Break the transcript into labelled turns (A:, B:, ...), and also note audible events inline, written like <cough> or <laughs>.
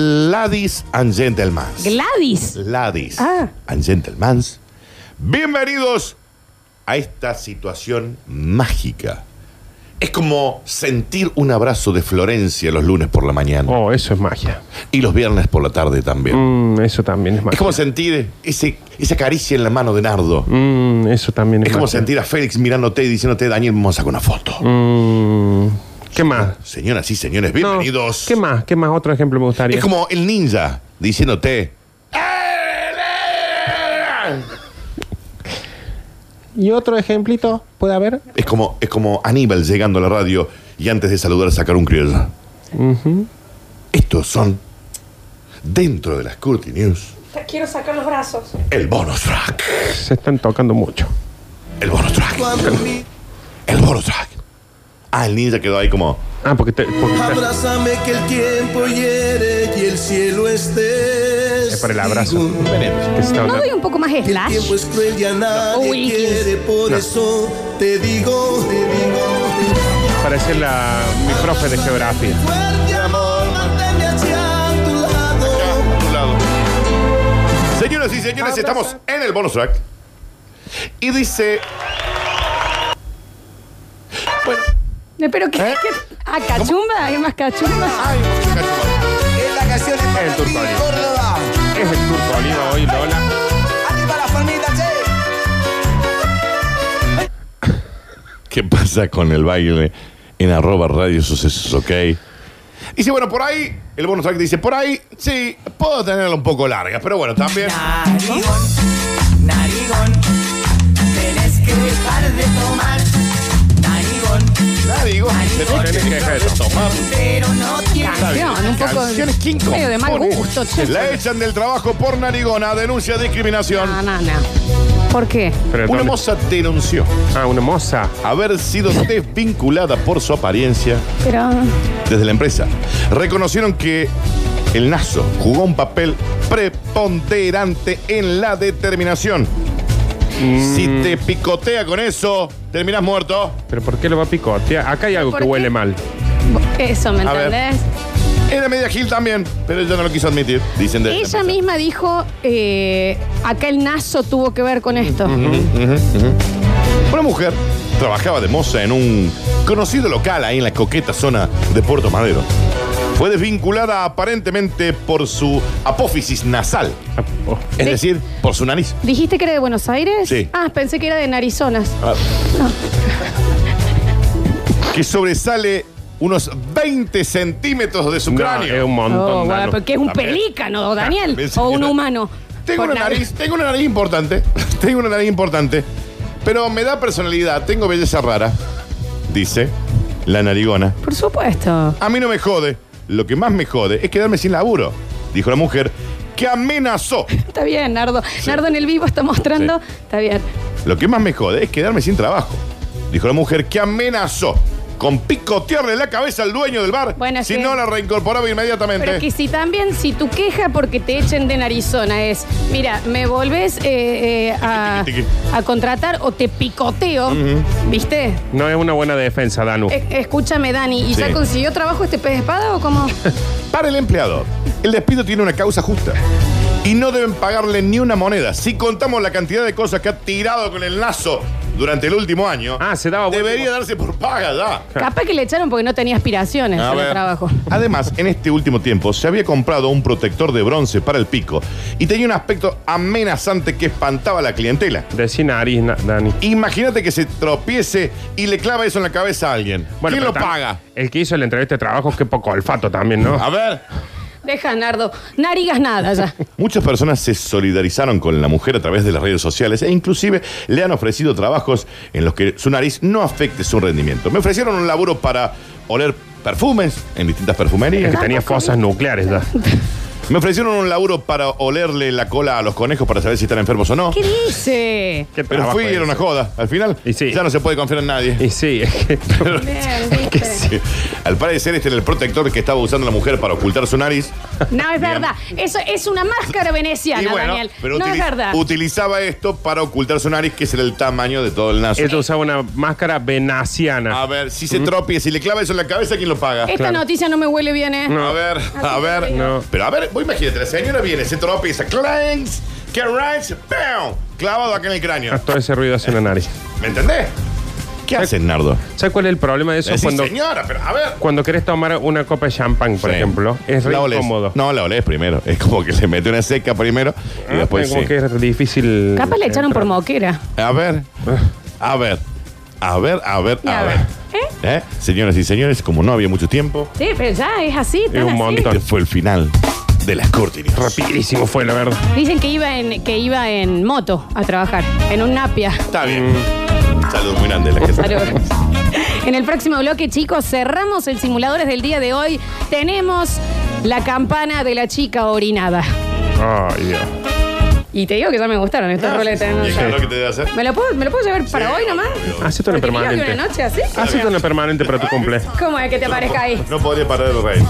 A: Ladies and Gentlemen.
B: Gladys.
A: Ladies
B: Ah.
A: and Gentlemen. Bienvenidos a esta situación mágica. Es como sentir un abrazo de Florencia los lunes por la mañana
C: Oh, eso es magia.
A: y los viernes por la tarde también.
C: Mm, eso también es
A: Es
C: magia.
A: como sentir ese, esa caricia en la mano de Nardo.
C: Mm, eso también es,
A: Es como
C: magia.
A: sentir a Félix mirándote y diciéndote, Daniel, vamos a sacar una foto.
C: Mm, ¿Qué más?
A: Señoras y señores,
C: No,
A: bienvenidos.
C: ¿Qué más? ¿Qué más? Otro ejemplo me gustaría.
A: Es como el ninja diciéndote.
C: ¿Y otro ejemplito puede haber?
A: Es como, es como Aníbal llegando a la radio y antes de saludar sacar un criollo. Estos son, dentro de las Curti News,
D: Quiero sacar los brazos.
A: el bonus track.
C: Se están tocando mucho.
A: El bonus track. El bonus track. Ah, el ninja quedó ahí como.
C: Ah, porque, te, porque está-
E: Abrázame que el tiempo hiere y el cielo esté.
C: es para el abrazo.
E: testigo.
C: Que se está-
B: ¿No doy un poco más
E: Que El
B: slash?
E: tiempo es cruel y a
B: No.
E: nadie
B: Uy,
E: quiere, por
C: No.
E: eso te digo, te digo.
C: Parece la, mi profe de geografía.
E: Fuerte amor, manténme hacia tu lado.
A: a tu lado. Señoras y señores, estamos en el bonus track. Y dice. Bueno,
B: Pero que.
A: ¿Eh?
B: que- ah, cachumba, hay más cachumba.
A: ay, cacho,
F: Es la canción de
C: El
F: Martín
C: Turco Oliva.
F: Córdoba.
C: Es el turco oliva hoy, Lola.
F: ¡Arriba la palmita, che!
A: ¿Qué pasa con el baile en arroba radio sucesos, ok? Dice, bueno, por ahí, el bonus track dice, por ahí, sí, puedo tenerla un poco larga, pero bueno, también.
F: Narigón, narigón, tenés que dejar de tomar. Narigón,
A: Nada, digo, tenés que dejar de tomar.
F: pero no tienes.
B: Canción, un poco.
A: Canciones, ¿quién
B: medio de mal
A: compone?
B: gusto, che.
A: La echan del trabajo por narigona, denuncia discriminación.
F: Ah.
B: No, no, no. ¿Por qué?
C: Pero
A: Una
C: ¿dónde-
A: moza denunció
C: Ah, una moza.
A: haber sido desvinculada por su apariencia
B: Pero.
A: desde la empresa. Reconocieron que el naso jugó un papel preponderante en la determinación. Si te picotea con eso, terminas muerto.
C: ¿Pero por qué lo va a picotear? Acá hay algo
B: ¿Por
C: que
B: qué?
C: huele mal.
B: Eso, ¿me
A: A ver.
B: entendés?
A: Era media Gil también, pero ella no lo quiso admitir, dicen de
B: Ella misma dijo: eh, acá el naso tuvo que ver con esto.
A: Una mujer trabajaba de moza en un conocido local ahí en la coqueta zona de Puerto Madero. Fue desvinculada aparentemente por su apófisis nasal,
C: Ah, oh.
A: es decir, por su nariz.
B: ¿Dijiste que era de Buenos Aires?
A: Sí.
B: Ah, pensé que era de Narizonas.
A: que sobresale unos 20 centímetros de su
C: No, eh,
A: cráneo.
C: es un
B: Oh,
C: montón.
B: bueno,
C: Danu.
B: porque es un
A: También. Ah,
B: pelícano, Daniel.
A: Pensé
B: O
A: que
B: un
A: era-
B: humano.
A: Tengo
B: Por
A: una
B: nada.
A: nariz, tengo una nariz importante. <laughs> Tengo una nariz importante. Pero me da personalidad, tengo belleza rara. Dice la narigona.
B: Por supuesto.
A: A mí no me jode. Lo que más me jode es quedarme sin laburo. Dijo la mujer que amenazó.
B: Está bien, Nardo. Nardo en el vivo está mostrando. Está bien.
A: Lo que más me jode es quedarme sin trabajo. Dijo la mujer que amenazó con picotearle la cabeza al dueño del bar
B: Bueno, es
A: si
B: que-
A: no la reincorporaba inmediatamente.
B: Pero que si también, si tu queja porque te echen de Narizona es, mira, me volvés eh, eh, a,
A: Tiqui, tiqui, tiqui.
B: a contratar o te picoteo, ¿viste?
C: No es una buena defensa, Danu.
B: E- escúchame, Dani, ¿y ya
A: Sí.
B: consiguió trabajo este pez de espada
A: <laughs>
B: o cómo?
A: Para el empleador, el despido tiene una causa justa. Y no deben pagarle ni una moneda. Si contamos la cantidad de cosas que ha tirado con el lazo durante el último año,
C: Ah, se daba vuelta.
A: debería darse por paga ya.
B: Capaz que le echaron porque no tenía aspiraciones
A: A
B: en el
A: ver.
B: trabajo.
A: Además, en este último tiempo se había comprado un protector de bronce para el pico y tenía un aspecto amenazante que espantaba a la clientela.
C: Decí nariz, na- Dani.
A: Imagínate que se tropiece y le clava eso en la cabeza a alguien. ¿Quién
C: pero
A: lo
C: tam-
A: paga? Ah,
C: El que hizo la entrevista de trabajo, qué poco olfato también, ¿no?
A: A ver.
B: Deja, Nardo. Narigas nada ya.
A: <laughs> Muchas personas se solidarizaron con la mujer a través de las redes sociales e inclusive le han ofrecido trabajos en los que su nariz no afecte su rendimiento. Me ofrecieron un laburo para oler perfumes en distintas
C: Es
A: perfumerías.
B: <laughs>
C: que tenía fosas nucleares
A: <laughs>
C: ya.
A: Me ofrecieron un laburo para olerle la cola a los conejos para saber si están enfermos o no.
B: ¿Qué dice?
C: ¿Qué
A: Pero
C: trabajo
A: fui y
C: es
A: era una
C: ese?
A: joda. Al final
C: Y sí.
A: <laughs> ya no se puede confiar en nadie.
C: Y sí, es que-
B: Bien,
A: Que se- <laughs> al parecer este era el protector que estaba usando la mujer para ocultar su nariz.
B: No, es
A: Bien.
B: verdad. Eso es una máscara veneciana,
A: y bueno,
B: Daniel.
A: pero
B: no
A: utili-
B: es verdad.
A: utilizaba esto para ocultar su nariz, que es el tamaño de todo el naso.
C: Ella usaba una máscara venaciana.
A: A ver, si se tropieza, si le clava eso en la cabeza, ¿quién lo paga?
B: Esta
C: claro.
B: noticia no me huele bien, ¿eh?
A: A ver, a ver.
C: No.
A: Pero a ver, vos imagínate, la señora viene, se tropieza, clanks, que rides, ¡pam! Clavado acá en el cráneo.
C: Ah, Todo ese ruido hacia la nariz.
A: ¿Me entendés? ¿Qué hacen, Nardo?
C: ¿Sabes cuál es el problema de eso?
A: Decís,
C: cuando,
A: señora, pero a ver.
C: cuando querés tomar una copa de champán, por
A: Sí.
C: ejemplo, es re
A: La olés.
C: incómodo.
A: No, la olés primero. Es como que se mete una seca primero y
C: Ah,
A: después
C: como
A: sí.
C: que es difícil.
B: Capaz le echaron por
C: entrar.
B: moquera.
A: A ver,
C: Ah.
A: a ver, a ver, a ver,
B: Y
A: a
B: a
A: ver.
B: ver.
A: ¿Eh? Señoras y señores, como no había mucho tiempo,
B: Sí, pero ya es así. tan
C: Es un
B: así.
C: montón.
A: este fue el final de las cortinas.
C: Rapidísimo fue, la verdad.
B: Dicen que iba en que iba en moto a trabajar, en un <laughs> napia.
A: Está bien. Saludos muy grandes. La gente.
B: Saludos. En el próximo bloque, chicos, cerramos el simuladores del día de hoy. Tenemos la campana de la chica orinada.
C: Ay, Dios.
B: Y te digo que ya me gustaron estas roletas. ¿no?
A: Y el calor que te debe hacer.
B: ¿Me, lo puedo, ¿Me lo puedo llevar para
A: Sí,
B: hoy nomás?
A: obvio.
C: Hacete una
B: Porque creo que
C: permanente. Ah.
B: una noche así.
C: Hacete una permanente para tu cumple.
B: ¿Cómo es que te aparezca ahí?
A: No podría parar el rey.